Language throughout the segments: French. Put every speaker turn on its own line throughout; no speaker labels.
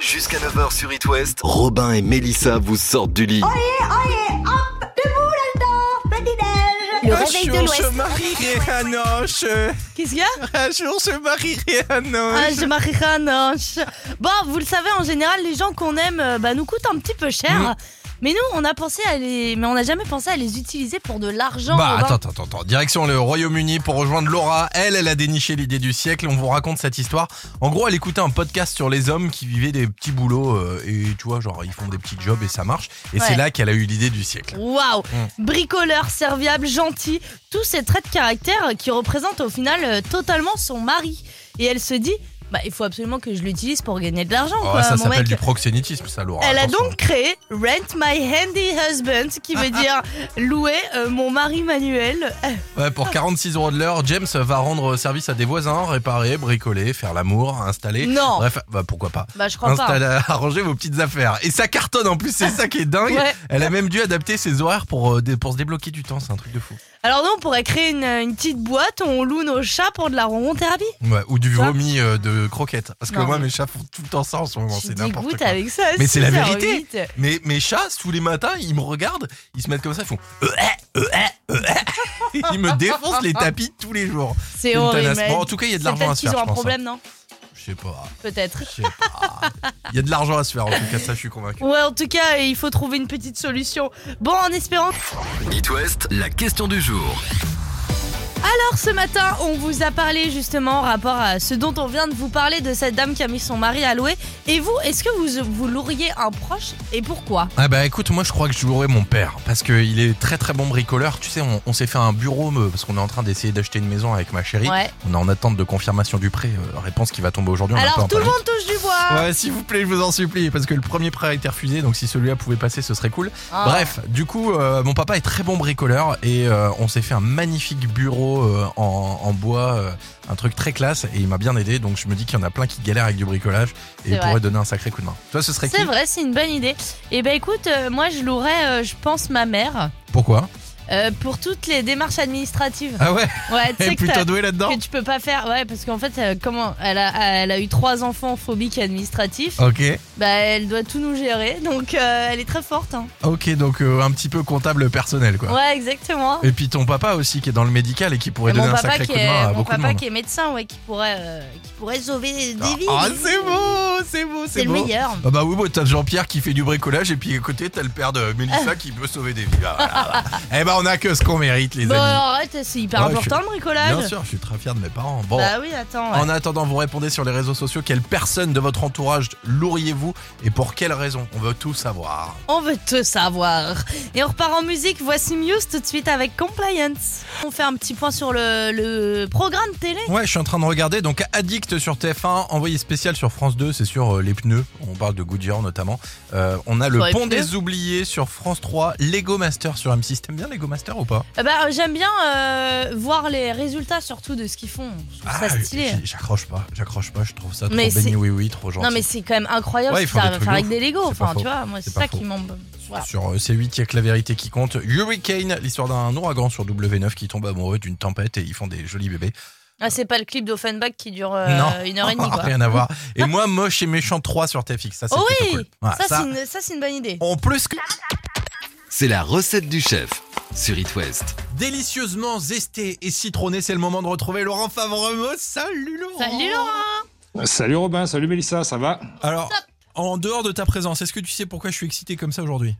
Jusqu'à 9h sur It West, Robin et Mélissa vous sortent du lit.
Le
Un
réveil de
jour je
l'Ouest.
marierai un ange.
Qu'est-ce qu'il y a
Un jour je marierai un
Ah,
ange.
je marierai un ange. Bon, vous le savez, en général, les gens qu'on aime euh, bah, nous coûtent un petit peu cher.
Mm.
Mais nous, on a pensé à les, mais on n'a jamais pensé à les utiliser pour de l'argent.
Bah
Robin.
attends, attends, attends, attends. Direction le Royaume-Uni pour rejoindre Laura. Elle, elle a déniché l'idée du siècle. On vous raconte cette histoire. En gros, elle écoutait un podcast sur les hommes qui vivaient des petits boulots euh, et tu vois, genre ils font des petits jobs et ça marche. Et
Ouais.
c'est là qu'elle a eu l'idée du siècle.
Waouh
Hum.
Bricoleur, serviable, gentil, tous ces traits de caractère qui représentent au final euh, totalement son mari. Et elle se dit, bah il faut absolument que je l'utilise pour gagner de l'argent.
Oh,
quoi,
ça
mon
s'appelle
mec.
du proxénétisme, ça, Laura.
Elle a
Attention.
donc créé Rent My Handy Husband, qui veut dire louer euh, mon mari manuel.
Ouais, pour 46 euros de l'heure, James va rendre service à des voisins, réparer, bricoler, faire l'amour, installer.
Non.
Bref, bah pourquoi pas.
Bah je crois pas.
Installer, arranger vos petites affaires. Et ça cartonne en plus, c'est ça qui est dingue.
Ouais.
Elle a même dû adapter ses horaires pour, euh, dé- pour se débloquer du temps, c'est un truc de fou.
Alors non, on pourrait créer une, une petite boîte où on loue nos chats pour de la ronron-thérapie.
Ouais, ou du
Ça
vomi euh, de croquettes. Parce que
Non,
moi,
mais-
mes chats font tout le temps ça en ce moment,
Je
c'est n'importe
dégoûte
quoi.
avec ça.
Mais c'est la vérité.
6h08.
Mais mes chats, tous les matins, ils me regardent, ils se mettent comme ça, ils font euh, euh, euh, euh, euh. Ils me défoncent les tapis tous les jours.
C'est
Une
horrible.
tanasse. Bon, en tout cas, il y a de
C'est
l'argent à
peut-être
se
qu'ils
faire.
ont
je
un
pense, hein.
problème, non
Je sais pas.
Peut-être.
Je sais pas. Il y a de l'argent à se faire, en tout cas, ça, je suis convaincu.
Ouais, en tout cas, il faut trouver une petite solution. Bon, en espérant.
It West, la question du jour.
Alors, ce matin, on vous a parlé justement en rapport à ce dont on vient de vous parler de cette dame qui a mis son mari à louer. Et vous, est-ce que vous, vous loueriez un proche et pourquoi
Ah bah écoute, moi je crois que je louerai mon père parce qu'il est très très bon bricoleur. Tu sais, on, on s'est fait un bureau me- parce qu'on est en train d'essayer d'acheter une maison avec ma chérie.
Ouais.
On est en attente de confirmation du prêt. euh, réponse qui va tomber aujourd'hui. on a pas
Alors,
un
tout le
panier.
monde touche du bois.
Ouais, s'il vous plaît, je vous en supplie, parce que le premier prêt a été refusé, donc si celui-là pouvait passer, ce serait cool.
Ah.
Bref, du coup, euh, mon papa est très bon bricoleur et euh, on s'est fait un magnifique bureau euh, en, en bois, euh, un truc très classe, et il m'a bien aidé, donc je me dis qu'il y en a plein qui galèrent avec du bricolage et
C'est
il
vrai.
pourrait donner un sacré coup de main. Toi, ce serait qui
C'est vrai, c'est une bonne idée. Et ben écoute, euh, moi, je louerais, euh, je pense, ma mère
Pourquoi
euh, pour toutes les démarches administratives.
Ah ouais,
Ouais, tu
elle
sais
est
que t'as-
plutôt douée là-dedans.
que tu peux pas faire. Ouais, parce qu'en fait, euh, comment elle a, elle a eu trois enfants phobiques et administratifs.
Ok,
Bah, elle doit tout nous gérer, donc euh, elle est très forte. hein.
ok, donc euh, un petit peu comptable personnel, quoi.
Ouais, exactement.
Bah. Et puis ton papa aussi qui est dans le médical et qui pourrait
Et mon
donner un
papa,
sacré
qui
coup de
est,
main à
mon
beaucoup de
papa
monde.
qui est médecin, ouais, qui pourrait, euh, qui pourrait sauver des
Ah,
vies.
ah, c'est beau, c'est beau,
C'est
c'est
le
beau.
meilleur.
Ah bah oui, bah, t'as Jean-Pierre qui fait du bricolage et puis à côté t'as le père de Mélissa qui peut sauver des vies. Ah, voilà, voilà. eh ben on a que ce qu'on mérite les
Bon,
amis.
arrête, c'est hyper
Ouais,
important
je-
le bricolage.
Bien sûr, je suis très fier de mes parents. Bon. Ah,
Bah oui, attends. ouais.
En attendant, vous répondez sur les réseaux sociaux quelle personne de votre entourage louriez-vous et pour quelle raison On veut tout savoir.
On veut tout savoir. Et on repart en musique. Voici Muse tout de suite avec Compliance. On fait un petit point sur le, le programme télé.
Ouais, je suis en train de regarder. Donc, Addict sur TF1, envoyé spécial sur France 2, c'est sur euh, les pneus. On parle de Goodyear notamment. Euh, on a le
Sur les
Pont
pneus.
des Oubliés sur France 3, Lego Master sur M6. T'aimes bien Lego Master ou pas
Euh, Bah, euh, j'aime bien euh, voir les résultats surtout de ce qu'ils font. Je trouve
Ah,
ça stylé.
j- J'accroche pas, j'accroche pas, je trouve ça trop
Mais c'est-
béni, oui, oui, trop gentil.
Non mais c'est quand même incroyable
Ouais,
ce
ils font des
qu'ils arrivent à
trucs
faire avec
de
des
ouf.
Lego.
C'est pas
Enfin, tu
faux.
vois, moi
C'est
c'est
pas
ça qui
faux.
m'embête. Voilà.
Sur euh, C8, il y a que la vérité qui compte. Hurricane, l'histoire d'un ouragan sur W9 qui tombe amoureux d'une tempête et ils font des jolis bébés.
Ah, c'est pas le clip d'Offenbach qui dure euh,
Non.
une heure et demie quoi.
Rien à voir. Et moi, moche et méchant 3 sur TFX, ça c'est
Oh
plutôt
oui
cool. Voilà,
Ça,
ça,
c'est une- ça, c'est une bonne idée.
en plus que
C'est la recette du chef sur It West.
délicieusement zesté et citronné, c'est le moment de retrouver Laurent Favremo. Salut Laurent
Salut Laurent
Salut Robin, salut Mélissa, ça va
Alors, en dehors de ta présence, est-ce que tu sais pourquoi je suis excité comme ça aujourd'hui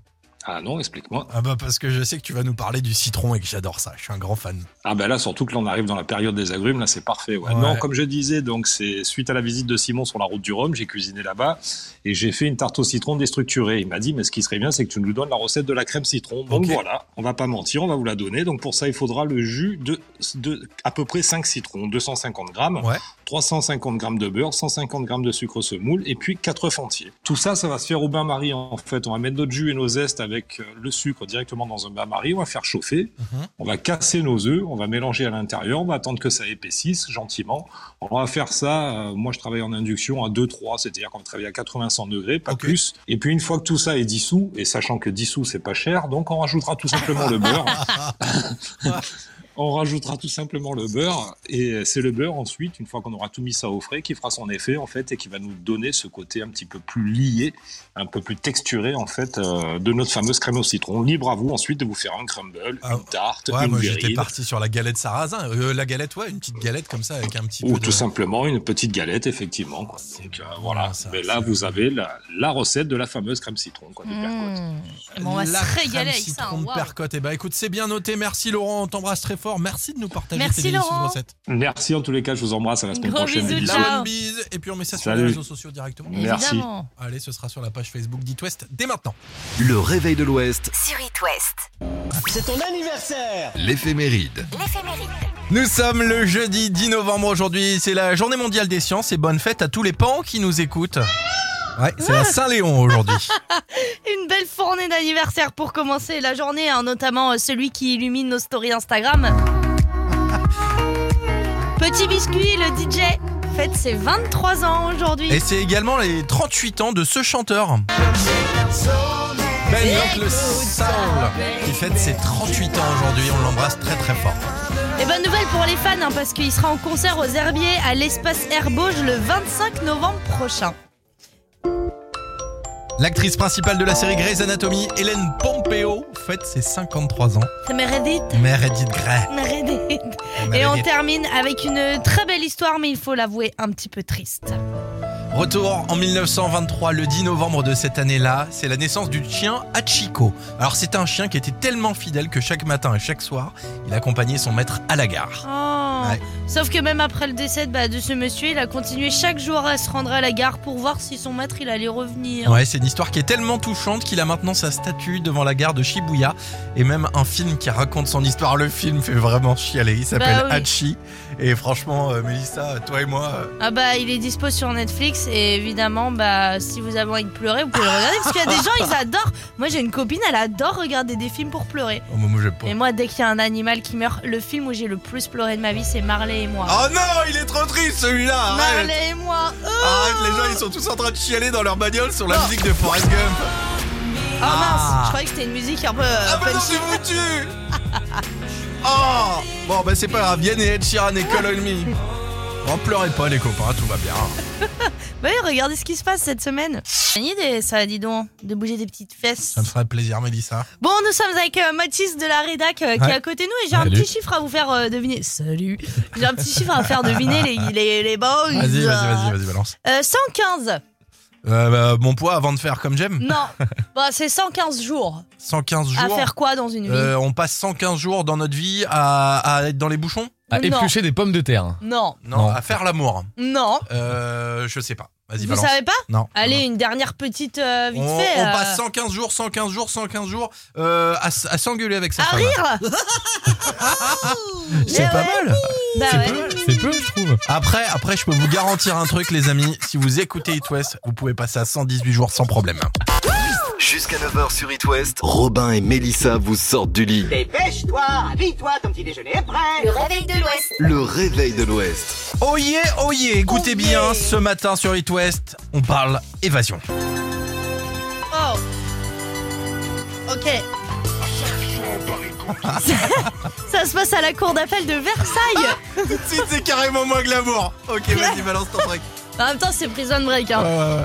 Ah non, explique-moi.
Ah bah parce que je sais que tu vas nous parler du citron et que j'adore ça, je suis un grand fan.
Ah ben là, surtout que là, on arrive dans la période des agrumes, là, c'est parfait. ouais.
Ouais.
Non, comme je disais, donc c'est suite à la visite de Simon sur la route du Rhum, j'ai cuisiné là-bas et j'ai fait une tarte au citron déstructurée. Il m'a dit, mais ce qui serait bien, c'est que tu nous donnes la recette de la crème citron. Donc
Ok.
voilà, on va pas mentir, on va vous la donner. Donc pour ça, il faudra le jus de, de à peu près 5 citrons, 250 grammes.
Ouais.
350 grammes de beurre, 150 grammes de sucre semoule et puis 4 œufs entiers. Tout ça, ça va se faire au bain-marie en fait. On va mettre notre jus et nos zestes avec euh, le sucre directement dans un bain-marie. On va faire chauffer.
Mhm.
On va casser nos œufs. On va mélanger à l'intérieur. On va attendre que ça épaississe gentiment. On va faire ça. euh, moi, je travaille en induction à 2-3, c'est-à-dire qu'on travaille à 80-100 degrés, pas
Ok.
plus. Et puis une fois que tout ça est dissous, et sachant que dissous c'est pas cher, donc on rajoutera tout simplement le beurre. On rajoutera tout simplement le beurre et c'est le beurre ensuite, une fois qu'on aura tout mis ça au frais, qui fera son effet en fait et qui va nous donner ce côté un petit peu plus lié, un peu plus texturé en fait euh, de notre fameuse crème au citron. Libre à vous ensuite de vous faire un crumble,
Ah,
une tarte,
Ouais,
une
moi j'étais
guérine,
parti sur la galette sarrasin. Euh, la galette, ouais, une petite galette comme ça avec un petit
ou
peu de. Oh,
tout simplement une petite galette effectivement. quoi. Donc euh, voilà,
Ah, ça,
mais là
c'est-
vous avez la, la recette de la fameuse crème citron quoi, de Percotte.
Mmh. Bon, on va
La
se régaler
crème
avec ça.
citron
hein,
de
waouh.
Percotte. Eh ben, écoute, c'est bien noté. Merci Laurent, on t'embrasse très fort. Merci de nous partager tes
Merci,
délicieuses
Laurent.
recettes.
Merci en tous les cas, je vous embrasse à la semaine
Gros
prochaine.
bisous,
des
ciao.
La bonne bise. Et puis on met ça sur les
Salut.
réseaux sociaux directement.
Merci.
Évidemment.
Allez, ce sera sur la page Facebook d'It West dès maintenant.
Le réveil de l'Ouest,
Sur It West.
C'est ton anniversaire
l'éphéméride.
L'éphéméride.
Nous sommes le jeudi 10 novembre aujourd'hui. C'est la journée mondiale des sciences et bonne fête à tous les pans qui nous écoutent. Ouais, c'est à Saint-Léon aujourd'hui.
Une belle fournée d'anniversaire pour commencer la journée, hein, notamment euh, celui qui illumine nos stories Instagram. Petit biscuit, le DJ fête ses 23 ans aujourd'hui.
Et c'est également les 38 ans de ce chanteur. Ben l'oncle Saul, qui fête ses 38 ans aujourd'hui, on l'embrasse très très fort.
Et bonne nouvelle pour les fans, hein, parce qu'il sera en concert aux Herbiers à l'espace Herbauge le 25 novembre prochain.
L'actrice principale de la série Grey's Anatomy, Hélène Pompeo, fête ses 53 ans.
C'est Meredith.
Meredith Grey.
Meredith. Et on
Meredith.
termine avec une très belle histoire, mais il faut l'avouer, un petit peu triste.
Retour en 1923, le 10 novembre de cette année-là, c'est la naissance du chien Hachiko. Alors c'est un chien qui était tellement fidèle que chaque matin et chaque soir, il accompagnait son maître à la gare.
Oh.
Ouais.
Sauf que même après le décès de, bah, de ce monsieur, il a continué chaque jour à se rendre à la gare pour voir si son maître il allait revenir.
Ouais, c'est une histoire qui est tellement touchante qu'il a maintenant sa statue devant la gare de Shibuya et même un film qui raconte son histoire. Le film fait vraiment chialer. Il s'appelle
Bah oui.
Hachi. Et franchement, euh, Mélissa, toi et moi, euh,
Ah bah il est dispo sur Netflix et évidemment bah si vous avez envie de pleurer vous pouvez le regarder parce qu'il y a des gens ils adorent. Moi j'ai une copine elle adore regarder des films pour pleurer.
oh, moi, j'aime pas.
Et moi dès qu'il y a un animal qui meurt, le film où j'ai le plus pleuré de ma vie c'est Marley et moi.
Oh non, il est trop triste celui-là. Arrête.
Marley et moi. Oh,
Arrête, les gens, ils sont tous en train de chialer dans leur bagnole sur la musique de Forrest Gump.
Oh,
Ah.
mince, je croyais que c'était une musique un peu. euh,
Ah bah non,
punchy.
c'est foutu. oh, bon bah c'est pas grave. Yann et Ed Sheeran et Call on Me. Oh, pleurez pas les copains, tout va bien.
Bah oui, regardez ce qui se passe cette semaine. J'ai une idée, ça, dis donc, de bouger des petites fesses.
Ça me ferait plaisir, Mélissa.
Bon, nous sommes avec euh, Mathis de la rédac euh, qui
Ouais.
est à côté de nous et j'ai un
Salut.
petit chiffre à vous faire euh, deviner. Salut. J'ai un petit chiffre à faire deviner les les, les boys.
Vas-y, vas-y, vas-y, vas-y, balance.
Euh, 115.
Euh, bah, mon poids avant de faire comme j'aime.
Non. bah c'est 115 jours.
115 jours.
À faire quoi dans une vie
Euh, on passe 115 jours dans notre vie à, à être dans les bouchons
à
Non.
éplucher des pommes de terre.
Non.
non,
Non.
à faire l'amour.
Non.
Euh, je sais pas. Vas-y,
Vous
balance.
savez pas
Non.
Allez, une dernière petite euh, vite
On,
fait.
on
euh,
passe 115 jours, 115 jours, 115 jours euh, à, s- à s'engueuler avec sa
À
femme.
rire
C'est
Eh
pas
ouais.
mal.
Bah
C'est
ouais.
peu, c'est peu, je trouve.
Après, après, je peux vous garantir un truc, les amis. Si vous écoutez It West, vous pouvez passer à 118 jours sans problème.
Jusqu'à 9h sur It West, Robin et Mélissa vous sortent du lit.
Dépêche-toi, habille-toi, ton petit déjeuner est prêt
Le réveil de l'Ouest.
Le réveil de l'Ouest.
Oyez, oyez, écoutez bien, ce matin sur It West, on parle évasion.
Oh. Ok. Ça se passe à la cour d'appel de Versailles.
Tout de suite, c'est carrément moins glamour. Ok, vas-y, balance ton truc.
Ah. En même temps, c'est Prison Break. Hein.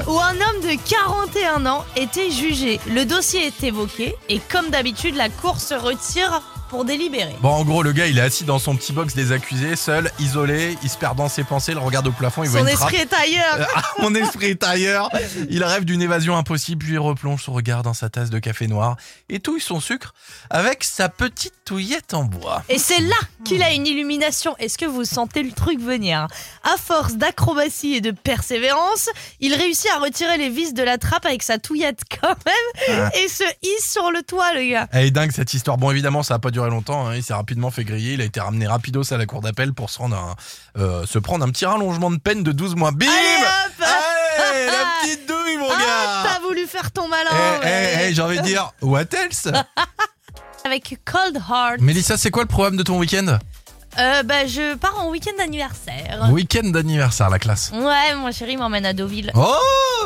Où un homme de 41 ans était jugé. Le dossier est évoqué et comme d'habitude, la cour se retire pour délibérer.
Bon, en gros, le gars, il est assis dans son petit box des accusés, seul, isolé, il se perd dans ses pensées, il regarde au plafond, il voit
Son
une trappe.
esprit est ailleurs.
Euh, ah, mon esprit est ailleurs. Il rêve d'une évasion impossible, puis il replonge son regard dans sa tasse de café noir et touille son sucre avec sa petite touillette en bois.
Et c'est là qu'il a une illumination. Est-ce que vous sentez le truc venir À force d'acrobatie et de persévérance, il réussit à retirer les vis de la trappe avec sa touillette quand
Ah.
même et se hisse sur le toit, le gars.
Elle est dingue cette histoire. Bon, évidemment, ça n'a pas duré longtemps. hein. Il s'est rapidement fait griller. Il a été ramené rapidos à la cour d'appel pour se, rendre un- euh, se prendre un petit rallongement de peine de 12 mois. Bim
Allez hop
Allez, la petite douille, mon
Ah,
gars
t'as voulu faire ton malin
Eh,
ouais.
eh, eh, j'ai envie de dire, what else
Avec Cold Heart,
Mélissa, c'est quoi le programme de ton week-end
euh, bah, je pars en week-end d'anniversaire.
Week-end d'anniversaire, la classe.
Ouais, mon chéri m'emmène à Deauville.
Oh,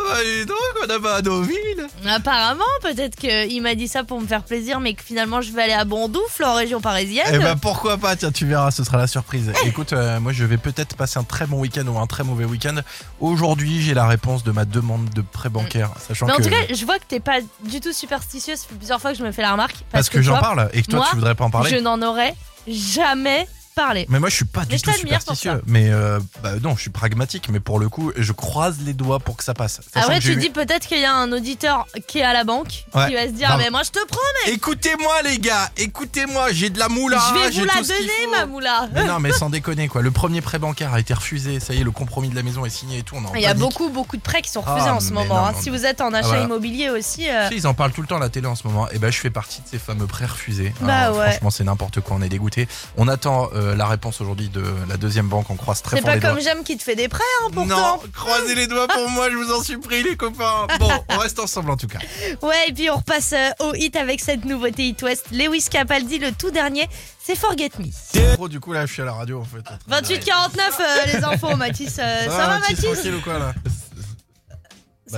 bah dis donc, on a pas à Deauville
Apparemment, peut-être qu'il m'a dit ça pour me faire plaisir, mais que finalement je vais aller à Bondoufle en région parisienne.
Eh ben pourquoi pas, tiens tu verras, ce sera la surprise.
Eh.
Écoute, euh, moi je vais peut-être passer un très bon week-end ou un très mauvais week-end. Aujourd'hui j'ai la réponse de ma demande de prêt bancaire, sachant
mais en
que...
tout cas, je vois que t'es pas du tout superstitieuse. Ça fait plusieurs fois que je me fais la remarque. Parce,
parce que, j'en
toi,
parle et que toi
moi,
tu voudrais pas en parler. Mm.
Je n'en aurais jamais parlé.
Mais moi je suis pas
Mais
du
je
tout
t'admire pour
superstitieux. Mais euh, bah, non, je suis pragmatique, mais pour le coup je croise les doigts pour que ça passe. Sachant
Après,
que j'ai
Ah tu
eu-
dis peut-être qu'il y a un auditeur qui est à la banque
Ouais,
qui va se dire
grave.
Mais moi, je te prends,
Écoutez-moi les gars, écoutez-moi, j'ai de la moula.
je vais
j'ai
vous la
tout ce qu'il
donner,
faut.
ma moula.
Mais non mais sans déconner quoi, le premier prêt bancaire a été refusé, ça y est, le compromis de la maison est signé et tout, on est en
Il y a
panique.
beaucoup, beaucoup de prêts qui sont
Ah,
refusés en ce
mais
moment.
non,
hein.
non,
Si
non. Ah,
vous êtes en achat
voilà.
immobilier aussi, euh,
Tu sais, ils en parlent tout le temps à la télé en ce moment. Et ben, je fais partie de ces fameux prêts refusés. Ah,
Bah ouais.
Franchement, c'est n'importe quoi. On est dégoûté. On attend euh, la réponse aujourd'hui de la deuxième banque. On croise très
c'est
fort
pas
les
comme Jam qui te fait des prêts, hein,
doigts.
pourtant.
Non, croisez les doigts pour moi. Je vous en supplie, les copains. Bon, on reste ensemble en tout cas.
Ouais, et puis on repasse euh, au hit avec cette nouveauté Hit West. Lewis Capaldi, le tout dernier, c'est Forget Me.
Pro, du coup, là, je suis à la radio en fait.
28-49, euh, les infos, Mathis. euh, ça, va, Mathis
tranquille ou quoi là
Ça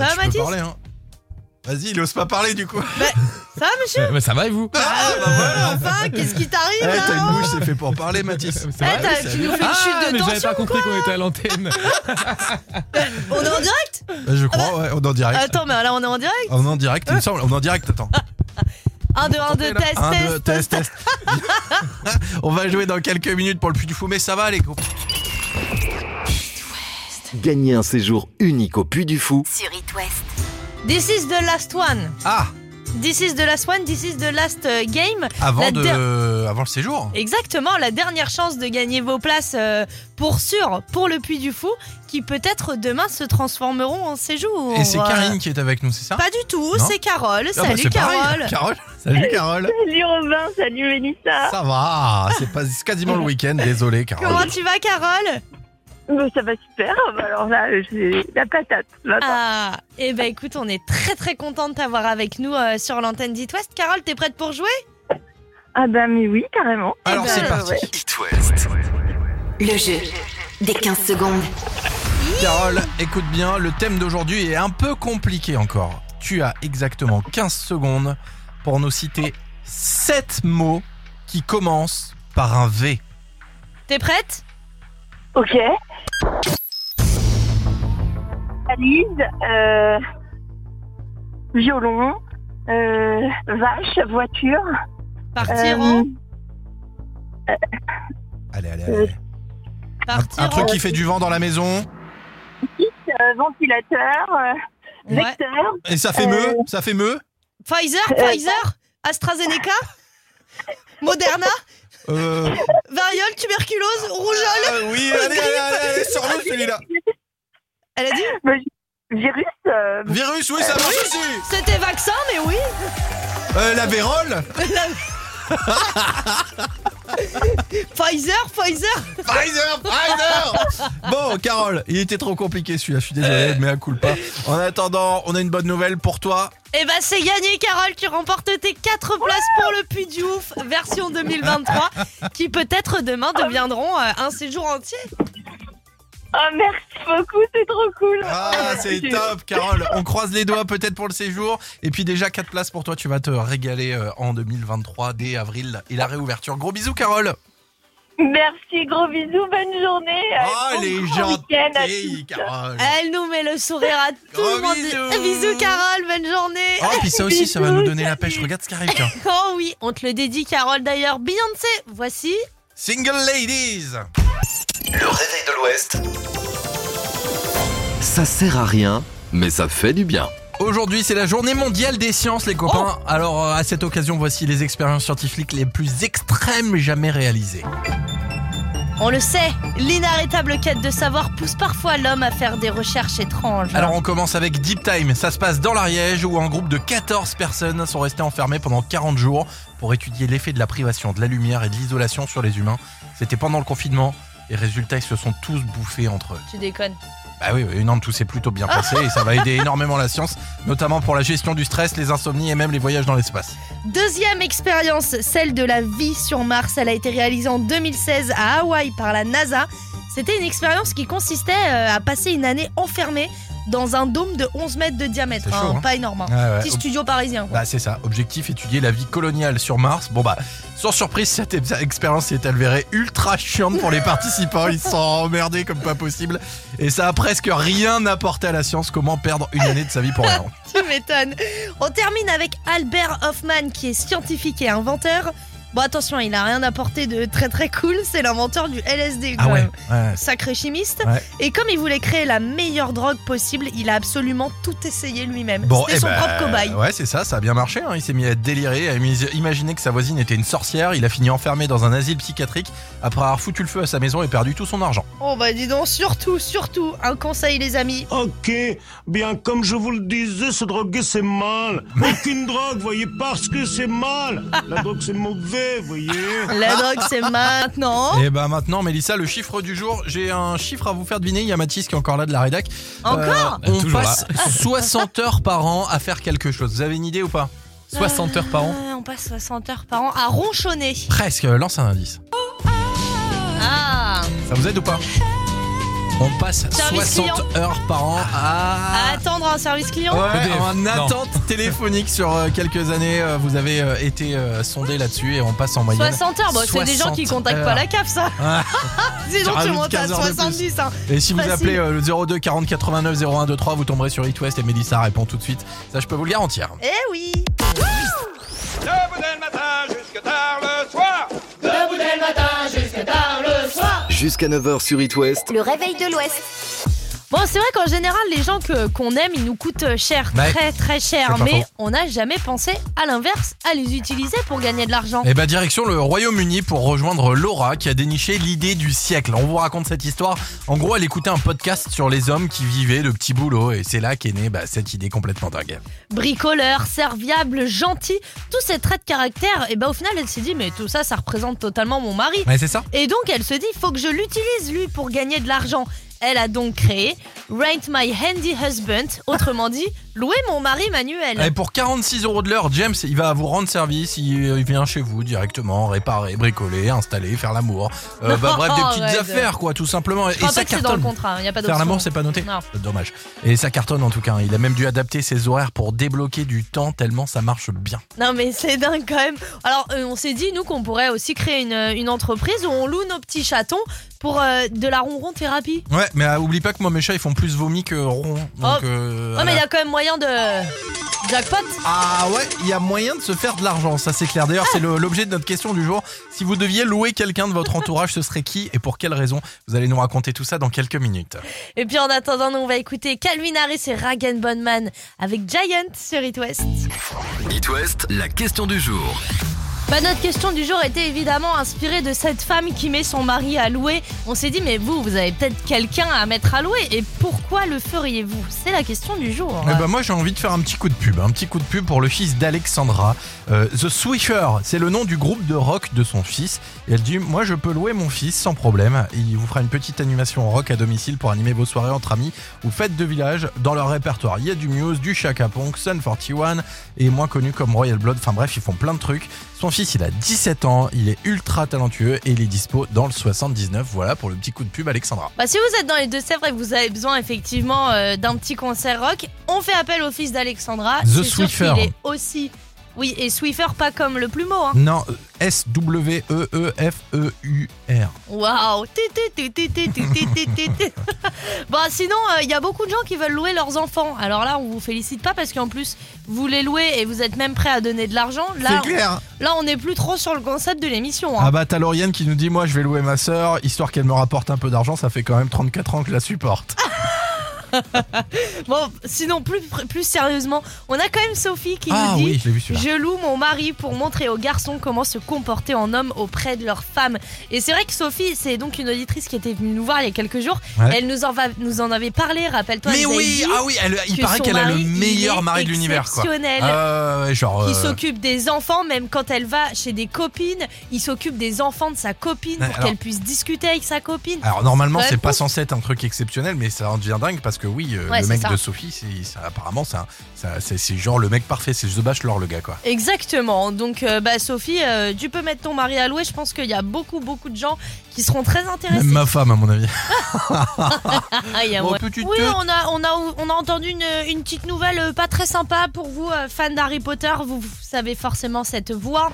Bah,
va,
tu peux
Mathis Eh,
parler, hein. Vas-y, il ose pas parler du coup.
Ça va, monsieur
Euh,
Eh,
bah, ça va et vous
Ah, bah voilà.
Enfin, qu'est-ce qui t'arrive
Eh,
là
T'as une bouche, c'est fait pour parler, Mathis.
C'est
Eh,
vrai,
t'as-
oui,
tu
ça-
nous fais une
Ah,
chute de
mais j'avais
tension
pas compris qu'on était à l'antenne.
On est en direct
Bah, Je
Ah
crois, ouais, on est en direct.
Attends, mais là on est en direct
On est en direct, il me semble. On est en direct, attends.
1, 2, 1, 2, test,
Un, deux,
Ah,
test,
test.
test. On va jouer dans quelques minutes pour le Puy du Fou, mais ça va les gars.
Gagnez un séjour unique au Puy du Fou
Sur It West.
This is the last one.
Ah,
This is the last one, this is the last euh, game.
avant,
La
de...
der-
avant le séjour
Exactement, la dernière chance de gagner vos places euh, pour sûr pour le Puy du Fou, qui peut-être demain se transformeront en séjour.
Et c'est
Euh,
Karine qui est avec nous, c'est ça
Pas du tout,
Non
c'est Carole.
Ah, bah,
Salut
c'est pareil.
Carole.
Carole Salut Carole
Salut Robin, salut Mélissa.
Ça va, c'est pas... c'est quasiment le week-end, désolé
Comment
Carole.
tu vas Carole
Euh, Ça va super. Ah bah Alors là, j'ai la patate. ce matin.
Ah, eh ben écoute, on est très très content de t'avoir avec nous euh, sur l'antenne d'It West. Carole, t'es prête pour jouer
Ah bah mais oui, carrément.
Alors
Eh ben,
c'est parti.
ouais.
It West.
Le jeu des 15 secondes.
Carole, écoute bien, le thème d'aujourd'hui est un peu compliqué encore. Tu as exactement 15 secondes pour nous citer 7 mots qui commencent par un V.
T'es prête
Ok. Valise, euh, violon, euh, vache, voiture.
Partir
euh,
en,
Allez, allez, allez. allez. Un,
partir
un truc
en.
qui fait du vent dans la maison.
euh, ventilateur, euh,
Ouais.
vecteur,
Et ça fait
Euh.
meux, ça fait meux.
Pfizer, Pfizer, AstraZeneca, Moderna,
Euh,
variole, tuberculose, rougeole.
euh, oui, allez, allez, allez, allez, sors-le celui-là.
Elle a dit
virus. euh,
Virus, oui, ça marche aussi.
c'était vaccin, mais oui.
Euh, la vérole,
Pfizer, Pfizer.
Pfizer, Pfizer. Bon, Carole, il était trop compliqué celui-là. Je suis
Euh.
désolé, mais à coup pas. En attendant, on a une bonne nouvelle pour toi.
Eh ben c'est gagné Carole, tu remportes tes 4 places pour le Puy du Ouf version 2023 qui peut-être demain deviendront euh, un séjour entier.
Oh merci beaucoup, c'est trop cool.
Ah, c'est
J'ai-
top, Carole. On croise les doigts peut-être pour le séjour. Et puis déjà quatre places pour toi. Tu vas te régaler euh, en 2023 dès avril et la réouverture. Gros bisous, Carole.
Merci, gros bisous, bonne journée. euh,
Oh,
bon
les
grand
gens.
week-end à tous.
Carole.
Elle nous met le sourire à tout
Gros
le monde.
bisous.
Bisous Carole, bonne journée.
Oh, puis ça aussi, ça va
Bisous,
nous donner la
salut.
pêche. Regarde ce qui arrive. tiens.
Oh oui, on te le dédie Carole d'ailleurs. Beyoncé, voici
Single Ladies.
Le réveil de l'Ouest. Ça sert à rien, mais ça fait du bien.
Aujourd'hui, c'est la journée mondiale des sciences, les copains. Alors, euh, à cette occasion, voici les expériences scientifiques les plus extrêmes jamais réalisées.
On le sait, l'inarrêtable quête de savoir pousse parfois l'homme à faire des recherches étranges.
Alors, on commence avec Deep Time. Ça se passe dans l'Ariège où un groupe de 14 personnes sont restées enfermées pendant 40 jours pour étudier l'effet de la privation, de la lumière et de l'isolation sur les humains. C'était pendant le confinement. Et résultat, ils se sont tous bouffés entre eux.
Tu déconnes.
Bah oui, oui, non, tout s'est plutôt bien passé et ça va aider énormément la science, notamment pour la gestion du stress, les insomnies et même les voyages dans l'espace.
Deuxième expérience, celle de la vie sur Mars. Elle a été réalisée en 2016 à Hawaï par la NASA. C'était une expérience qui consistait euh, à passer une année enfermée dans un dôme de 11 mètres de diamètre.
C'est chaud, hein.
Pas énorme. hein.
Ah ouais.
Petit studio parisien. quoi.
Bah, c'est ça, objectif étudier la vie coloniale sur Mars. Bon bah, sans surprise, cette ex- expérience s'est avérée ultra chiante pour les participants, ils se sont emmerdés comme pas possible et ça a presque rien apporté à la science, comment perdre une année de sa vie pour rien.
Tu m'étonnes. On termine avec Albert Hoffman, qui est scientifique et inventeur. Bon, attention, il a rien apporté de très très cool. C'est l'inventeur du LSD, quand même.
Ah ouais.
euh, Sacré chimiste.
Ouais.
Et comme il voulait créer la meilleure drogue possible, il a absolument tout essayé lui-même. C'était
eh
son
ben,
propre cobaille.
Ouais, c'est ça, ça a bien marché. hein. Il s'est mis à délirer, à imis- imaginer que sa voisine était une sorcière. Il a fini enfermé dans un asile psychiatrique après avoir foutu le feu à sa maison et perdu tout son argent.
Oh, bah dis donc, surtout, surtout, un conseil, les amis.
Ok, bien comme je vous le disais, se droguer c'est mal. Aucune drogue, voyez, parce que c'est mal. La drogue c'est mauvais, voyez.
La drogue, c'est maintenant.
Et bah maintenant, Mélissa, le chiffre du jour, j'ai un chiffre à vous faire deviner. Il y a Mathis qui est encore là de la rédac.
Encore
Euh, On
Toujours
passe 60 heures par an à faire quelque chose. Vous avez une idée ou pas
60 heures par an.
Ah, on passe 60 heures par an à ronchonner.
Presque, lance un indice.
Ah,
Ça vous aide ou pas On passe
Service Ah.
60 heures par an
à
à...
attendre un service client.
Ouais,
EDF.
en
Non.
attente téléphonique sur euh, quelques années, euh, vous avez euh, été euh, sondé là-dessus et on passe en moyenne.
60 heures, bah, c'est des gens qui
60
contactent
heures.
pas la CAF, ça.
Ah.
Sinon, tu
Rajoute
montes à
15 heures de plus.
70. Hein.
Et si vous
Facile.
appelez euh, le 02 40 89 01 23, vous tomberez sur It West et Mélissa répond tout de suite. Ça, je peux vous le garantir.
Eh oui.
Jusqu'à 9h sur It West.
Le réveil de l'Ouest.
Bon, c'est vrai qu'en général, les gens que- qu'on aime, ils nous coûtent euh, cher,
Ouais.
très très
Bah, C'est
cher.
pas
Mais
faux.
on n'a jamais pensé, à l'inverse, à les utiliser pour gagner de l'argent.
Et bah direction le Royaume-Uni pour rejoindre Laura qui a déniché l'idée du siècle. On vous raconte cette histoire. En gros, elle écoutait un podcast sur les hommes qui vivaient de petits boulots et c'est là qu'est née bah, cette idée complètement dingue.
Bricoleur, serviable, gentil, tous ces traits de caractère, et bah au final, elle s'est dit, mais tout ça, ça représente totalement mon mari.
Ouais, c'est ça.
Et donc, elle se dit, faut que je l'utilise, lui, pour gagner de l'argent. Elle a donc créé Rent My Handy Husband, autrement dit, louer mon mari manuel.
Et Eh, pour 46 euros de l'heure, James, il va vous rendre service. Il euh, il vient chez vous directement, réparer, bricoler, installer, faire l'amour. Euh, bah, bref, des petites
Arrête.
affaires, quoi, tout simplement. Euh, Et
Je crois
ça
pas que c'est dans le
cartonne.
contrat, il n'y a pas
Faire l'amour,
d'option.
c'est pas noté.
Non.
Dommage. Et ça cartonne en tout cas. Il a même dû adapter ses horaires pour débloquer du temps tellement ça marche bien.
Non mais c'est dingue quand même. Alors euh, on s'est dit nous qu'on pourrait aussi créer une, une entreprise où on loue nos petits chatons pour euh, de la ronron thérapie.
Ouais, mais euh, oublie pas que moi mes chats ils font plus vomi que ronron. Donc,
Oh.
euh,
Non mais il y
voilà.
a quand même moyen de jackpot.
Ah ouais, il y a moyen de se faire de l'argent, ça c'est clair. D'ailleurs, c'est le- l'objet de notre question du jour. Si vous deviez louer quelqu'un de votre entourage, ce serait qui et pour quelle raison Vous allez nous raconter tout ça dans quelques minutes.
Et puis en attendant nous on va écouter Calvin Harris et Ragan Bonman avec Giant sur It West.
It West, la question du jour.
Bah, notre question du jour était évidemment inspirée de cette femme qui met son mari à louer. On s'est dit mais vous vous avez peut-être quelqu'un à mettre à louer et pourquoi le feriez-vous C'est la question du jour.
Eh ben, moi j'ai envie de faire un petit coup de pub, un petit coup de pub pour le fils d'Alexandra. Euh, The Swisher, c'est le nom du groupe de rock de son fils. Et elle dit Moi je peux louer mon fils sans problème. Il vous fera une petite animation rock à domicile pour animer vos soirées entre amis ou fêtes de village. Dans leur répertoire, il y a du Muse, du Chaka Punk, Sun 41 et moins connu comme Royal Blood. Enfin bref, ils font plein de trucs. Son fils il a 17 ans, il est ultra talentueux et il est dispo dans le 79. Voilà pour le petit coup de pub, Alexandra.
Bah, si vous êtes dans les Deux-Sèvres et que vous avez besoin effectivement euh, d'un petit concert rock, on fait appel au fils d'Alexandra.
The
C'est sûr
Swiffer.
qu'il est aussi. Oui, et Swiffer, pas comme le plumeau. Hein.
Non, euh, S-W-E-E-F-E-U-R.
Waouh! Tu, tu, tu, tu, tu, tu, tu, tu, tu. Bon, Bah, sinon, euh, il y a beaucoup de gens qui veulent louer leurs enfants. Alors là, on vous félicite pas parce qu'en plus, vous les louez et vous êtes même prêt à donner de l'argent. Là,
clair.
là, on n'est plus trop sur le concept de l'émission. hein.
Ah bah t'as Lauriane qui nous dit moi je vais louer ma sœur histoire qu'elle me rapporte un peu d'argent ça fait quand même 34 ans que je la supporte.
Bon, sinon, plus, plus sérieusement, on a quand même Sophie qui Ah, nous dit.
Ah oui je l'ai vu celui-là.
Je loue mon mari pour montrer aux garçons comment se comporter en homme auprès de leur femme. Et c'est vrai que Sophie, c'est donc une auditrice qui était venue nous voir il y a quelques jours.
Ouais.
Elle nous en, va- nous en avait parlé, rappelle-toi.
Mais
elle nous avait
oui
dit
ah oui elle- il
que
paraît
son
qu'elle a le
mari, il est
meilleur mari de l'univers quoi.
exceptionnel.
Euh, ouais, genre.
Qui
euh,
s'occupe des enfants, même quand elle va chez des copines, il s'occupe des enfants de sa copine
Ouais,
pour
alors- Ah.
qu'elle puisse discuter avec sa copine.
Alors normalement
Ouais,
c'est pas
ouf.
censé être un truc exceptionnel mais ça en devient dingue parce que oui, euh,
Ouais,
le
c'est
mec
ça.
de Sophie, c'est- ça, apparemment, ça, ça- c'est c'est genre le mec parfait. C'est The Bachelor, le gars, quoi.
Exactement. Donc, euh, bah, Sophie, euh, tu peux mettre ton mari à louer. Je pense qu'il y a beaucoup, beaucoup de gens qui seront très intéressés.
Même ma femme, à mon avis.
Ah, il y a-
Bon,
ouais.
petite
Oui,
teute.
on a, on a, on a entendu une, une petite nouvelle euh, pas très sympa pour vous, euh, fans d'Harry Potter. Vous, vous savez forcément cette voix.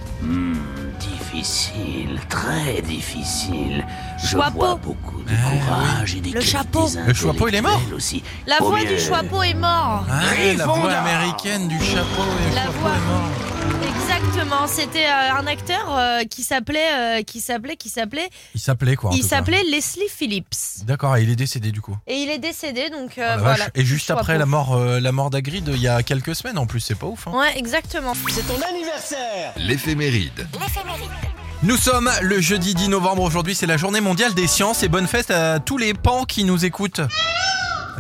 Difficile, très difficile. Je
Chapeau.
vois beaucoup de
Ah,
courage et des Oh,
Le chapeau.
Le chapeau, il est mort
aussi.
La voix
Premier.
du chapeau est mort.
Ah, la voix américaine du chapeau et le
La
chapeau
voix.
est mort.
Exactement. C'était euh, un acteur euh, qui s'appelait, euh, qui s'appelait, qui s'appelait,
Il s'appelait quoi en
il
tout cas.
s'appelait Leslie Phillips.
D'accord, et il est décédé du coup.
Et il est décédé, donc
Oh
euh,
la
voilà.
vache. Et juste
Chapeau.
après la mort, euh, la mort d'Agrid, il y a quelques semaines en plus, c'est pas ouf. hein.
Ouais, exactement.
C'est ton anniversaire.
L'éphéméride.
Nous sommes le jeudi 10 novembre aujourd'hui, c'est la journée mondiale des sciences et bonne fête à tous les pans qui nous écoutent.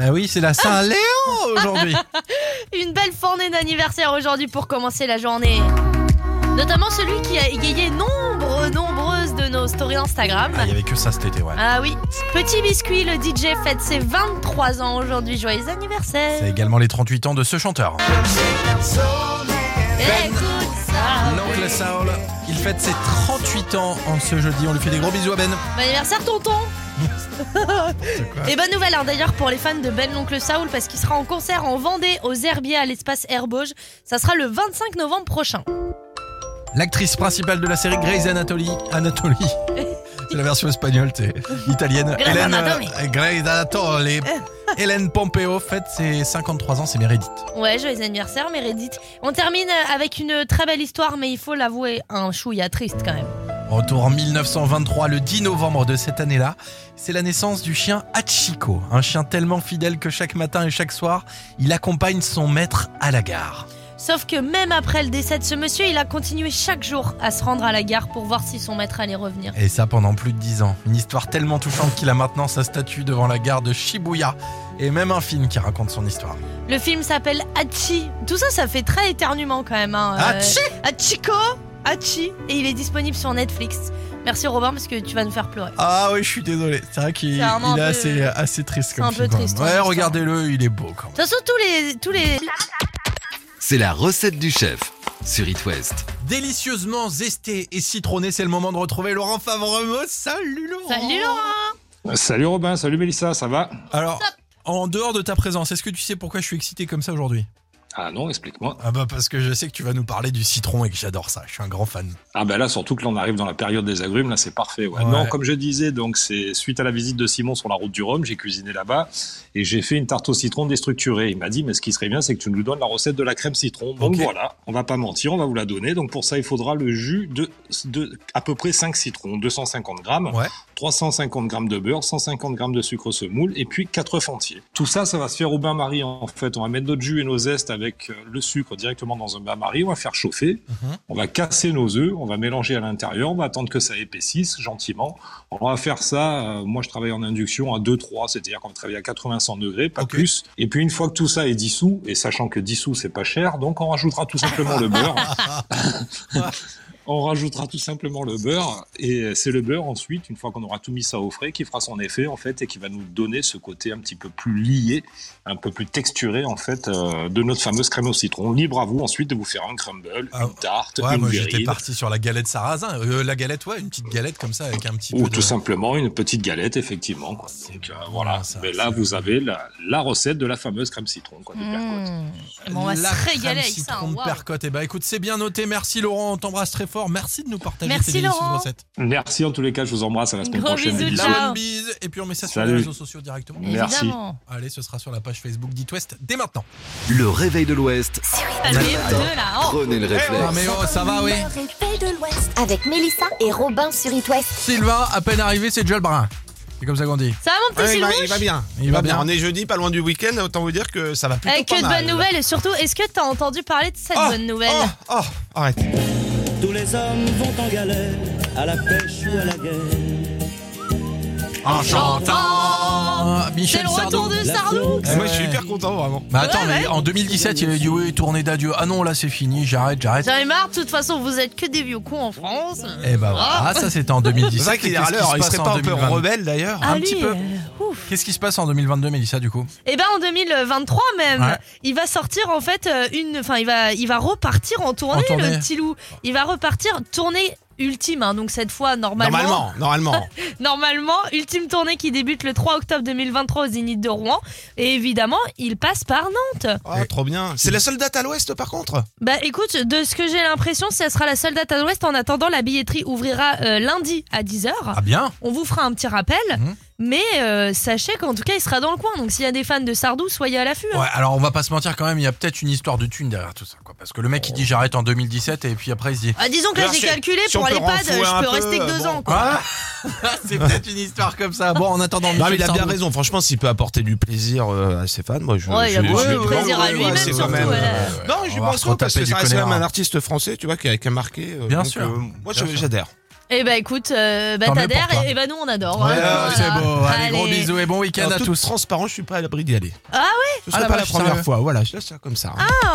Ah oui, c'est la Saint-Léon aujourd'hui.
Une belle fournée d'anniversaire aujourd'hui pour commencer la journée. Notamment celui qui a égayé nombre, nombreuses de nos stories Instagram.
Ah, Il y avait que ça cet été, ouais.
Ah oui, petit biscuit, le DJ fête ses 23 ans aujourd'hui. Joyeux anniversaire.
C'est également les 38 ans de ce chanteur.
Écoute ça.
L'oncle Saul, il fête ses 38 ans en ce jeudi. On lui fait des gros bisous à Ben.
Bon anniversaire, tonton. Et bonne nouvelle hein, d'ailleurs pour les fans de Ben l'oncle Saoul parce qu'il sera en concert en Vendée aux Herbiers à l'espace Herbauge. Ça sera le 25 novembre prochain.
L'actrice principale de la série Grey's Anatomy. Anatoly. C'est la version espagnole, t'es italienne.
Grey's
Hélène,
Anatomy.
euh, Grey's Anatoly. Hélène Pompeo fête ses 53 ans, c'est Meredith.
Ouais, joyeux anniversaire, Meredith. On termine avec une très belle histoire, mais il faut l'avouer, un chouïa triste quand même.
Retour en 1923, le 10 novembre de cette année-là, c'est la naissance du chien Hachiko, un chien tellement fidèle que chaque matin et chaque soir, il accompagne son maître à la gare.
Sauf que même après le décès de ce monsieur, il a continué chaque jour à se rendre à la gare pour voir si son maître allait revenir.
Et ça pendant plus de 10 ans. Une histoire tellement touchante qu'il a maintenant sa statue devant la gare de Shibuya. Et même un film qui raconte son histoire.
Le film s'appelle Hachi. Tout ça, ça fait très éternuement quand même. hein. Euh,
Hachi
Hachiko Hachi Et il est disponible sur Netflix. Merci Robin parce que tu vas nous faire pleurer.
Ah oui, je suis désolé. C'est vrai qu'il
C'est vraiment
il est
un peu-
assez, assez triste comme
un
film,
peu
quand même.
triste,
Ouais,
hein,
regardez-le, il est beau quand même.
De toute façon, tous les, tous les
C'est la recette du chef sur It West.
Délicieusement zesté et citronné, c'est le moment de retrouver Laurent Favremo. Salut Laurent
Salut Laurent
Salut Robin, salut Mélissa, ça va
Alors, en dehors de ta présence, est-ce que tu sais pourquoi je suis excité comme ça aujourd'hui
Ah non, explique-moi.
Ah bah parce que je sais que tu vas nous parler du citron et que j'adore ça, je suis un grand fan.
Ah ben là, surtout que l'on arrive dans la période des agrumes, là c'est parfait. ouais.
Ouais.
Non, comme je disais, donc c'est suite à la visite de Simon sur la route du Rhum, j'ai cuisiné là-bas et j'ai fait une tarte au citron déstructurée. Il m'a dit, mais ce qui serait bien, c'est que tu nous donnes la recette de la crème citron. Donc
Ok.
voilà, on va pas mentir, on va vous la donner. Donc pour ça, il faudra le jus de, de à peu près 5 citrons, 250 grammes,
Ouais.
350 grammes de beurre, 150 grammes de sucre semoule et puis 4 œufs entiers. Tout ça, ça va se faire au bain-marie en fait. On va mettre notre jus et nos zestes avec euh, le sucre directement dans un bain-marie, on va faire chauffer. On va casser nos œufs, on va mélanger à l'intérieur, on va attendre que ça épaississe gentiment. On va faire ça, euh, moi je travaille en induction à 2-3, c'est-à-dire qu'on travaille à 80-100 degrés, pas
Ok.
plus. Et puis une fois que tout ça est dissous, et sachant que dissous c'est pas cher, donc on rajoutera tout simplement le beurre. On rajoutera tout simplement le beurre et c'est le beurre ensuite, une fois qu'on aura tout mis ça au frais, qui fera son effet en fait et qui va nous donner ce côté un petit peu plus lié, un peu plus texturé en fait euh, de notre fameuse crème au citron. Libre à vous ensuite de vous faire un crumble,
Ah,
une tarte,
Ouais,
une
moi j'étais
guérine,
parti sur la galette sarrasin, Euh, la galette ouais, une petite galette comme ça avec un petit
Ou
peu
tout
de... Oh,
simplement une petite galette, effectivement. quoi.
C'est
Donc, euh,
bon,
voilà.
Ah, ça,
Mais
ça.
là, vous avez la, la recette de la fameuse crème citron. Quoi, de Percotte.
Mmh. Bon, on va
la
se
crème
régaler avec
citron
ça. hein.
de
Waouh.
Percotte. Eh bah écoute, c'est bien noté, merci Laurent, on t'embrasse très fort, merci de nous partager
Merci,
tes délicieuses
Laurent.
recettes.
Merci en tous les cas. Je vous embrasse à la semaine
Gros
prochaine.
bisous,
Bisous.
ciao.
Plein de bises, et puis on met ça sur les
Salut.
réseaux sociaux directement.
Merci.
Évidemment.
Allez, ce sera sur la page Facebook d'It West dès maintenant.
Le réveil de l'Ouest.
Ah, lui, deux, là. Oh.
Prenez le
Ah
réflexe.
mais oh, ça va oui
de l'Ouest. Avec Mélissa et Robin sur It West.
Sylvain, à peine arrivé, c'est déjà le brin. C'est comme ça qu'on dit.
Ça va mon petit
Ouais, il, va,
Sylvouche
il va bien.
Il
Il
va
va bien.
bien.
On est jeudi, pas loin du week-end. Autant vous dire que ça va plutôt
Euh, Que
pas
de
mal.
bonnes nouvelles et surtout, est-ce que t'as entendu parler de cette
Oh,
bonne nouvelle
Oh, oh, arrête.
Tous les hommes vont en galère, à la pêche ou à la guerre.
En
chantant. Oh, C'est
Michel
le retour
Sardou.
de Sardou
Moi, je suis hyper content, vraiment.
Bah attends,
Ouais,
mais
ouais.
en 2017, il avait dit oui, tournée d'adieu. Ah non, là c'est fini, j'arrête, j'arrête.
J'en ai marre, de toute façon, vous êtes que des vieux cons en France.
Et bah voilà, ça c'était en 2017.
C'est vrai qu'il est
Qu'est-ce
à
qui
l'heure.
se
Il
passe
serait
en
pas un peu
2022?
rebelle, d'ailleurs
Ah,
un petit
lui,
peu.
euh, ouf.
Qu'est-ce qui se passe en 2022, Mélissa, du coup
Eh ben en 2023 même,
Ouais.
il va sortir en fait euh, une, enfin il va, il va repartir en
En
tournée,
tournée.
le petit loup. Il va repartir tournée ultime, hein, donc cette fois normalement,
Normalement, normalement.
normalement, ultime tournée qui débute le 3 octobre 2023 aux Zénith de Rouen. Et évidemment, il passe par Nantes.
Ah, trop bien. C'est la seule date à l'ouest, par contre.
Bah écoute, de ce que j'ai l'impression, ça sera la seule date à l'Ouest. En attendant, la billetterie ouvrira euh, lundi à 10h.
Ah bien
On vous fera un petit rappel,
Mhm.
mais euh, sachez qu'en tout cas, il sera dans le coin. Donc s'il y a des fans de Sardou, soyez à l'affût. hein.
Ouais, alors on va pas se mentir quand même, il y a peut-être une histoire de thune derrière tout ça, quoi. Parce que le mec il dit j'arrête en 2017 et puis après il se dit.
Ah, disons que là,
Alors,
j'ai
si-
calculé
si on
pour
peut
l'EHPAD,
renflouer
je
un
peux
peu,
rester que deux
bon.
ans. Quoi.
Ah c'est peut-être une histoire comme ça. Bon, en attendant,
Non, mais il a
Michel
bien
Sardou.
raison. Franchement, s'il peut apporter du plaisir euh, à ses fans, moi, je.
Ouais, il a
je-
beaucoup
je-
de
je-
plaisir
ouais,
à
ouais,
lui-même,
c'est
surtout,
quand même,
ouais.
euh, Non,
On
je
va
pense trop
retaper
parce que
du
ça reste quand même
connard.
un artiste français, tu vois, qui a, qui a marqué. euh,
Bien
donc,
sûr.
euh, moi,
Bien
je-
sûr.
j'adhère.
Et bah écoute, euh, bah
Tant mieux
t'adhères,
pour toi.
et, et bah nous on adore.
Ouais,
hein,
ouais,
voilà.
c'est beau. Allez, gros
Allez.
bisous et bon week-end
En
à
toute
tous.
transparence, je suis pas à l'abri d'y aller.
Ah
Ce
Ah,
serait
la
pas la
vache,
première
sérieux
fois. Voilà, je laisse ça comme ça. hein.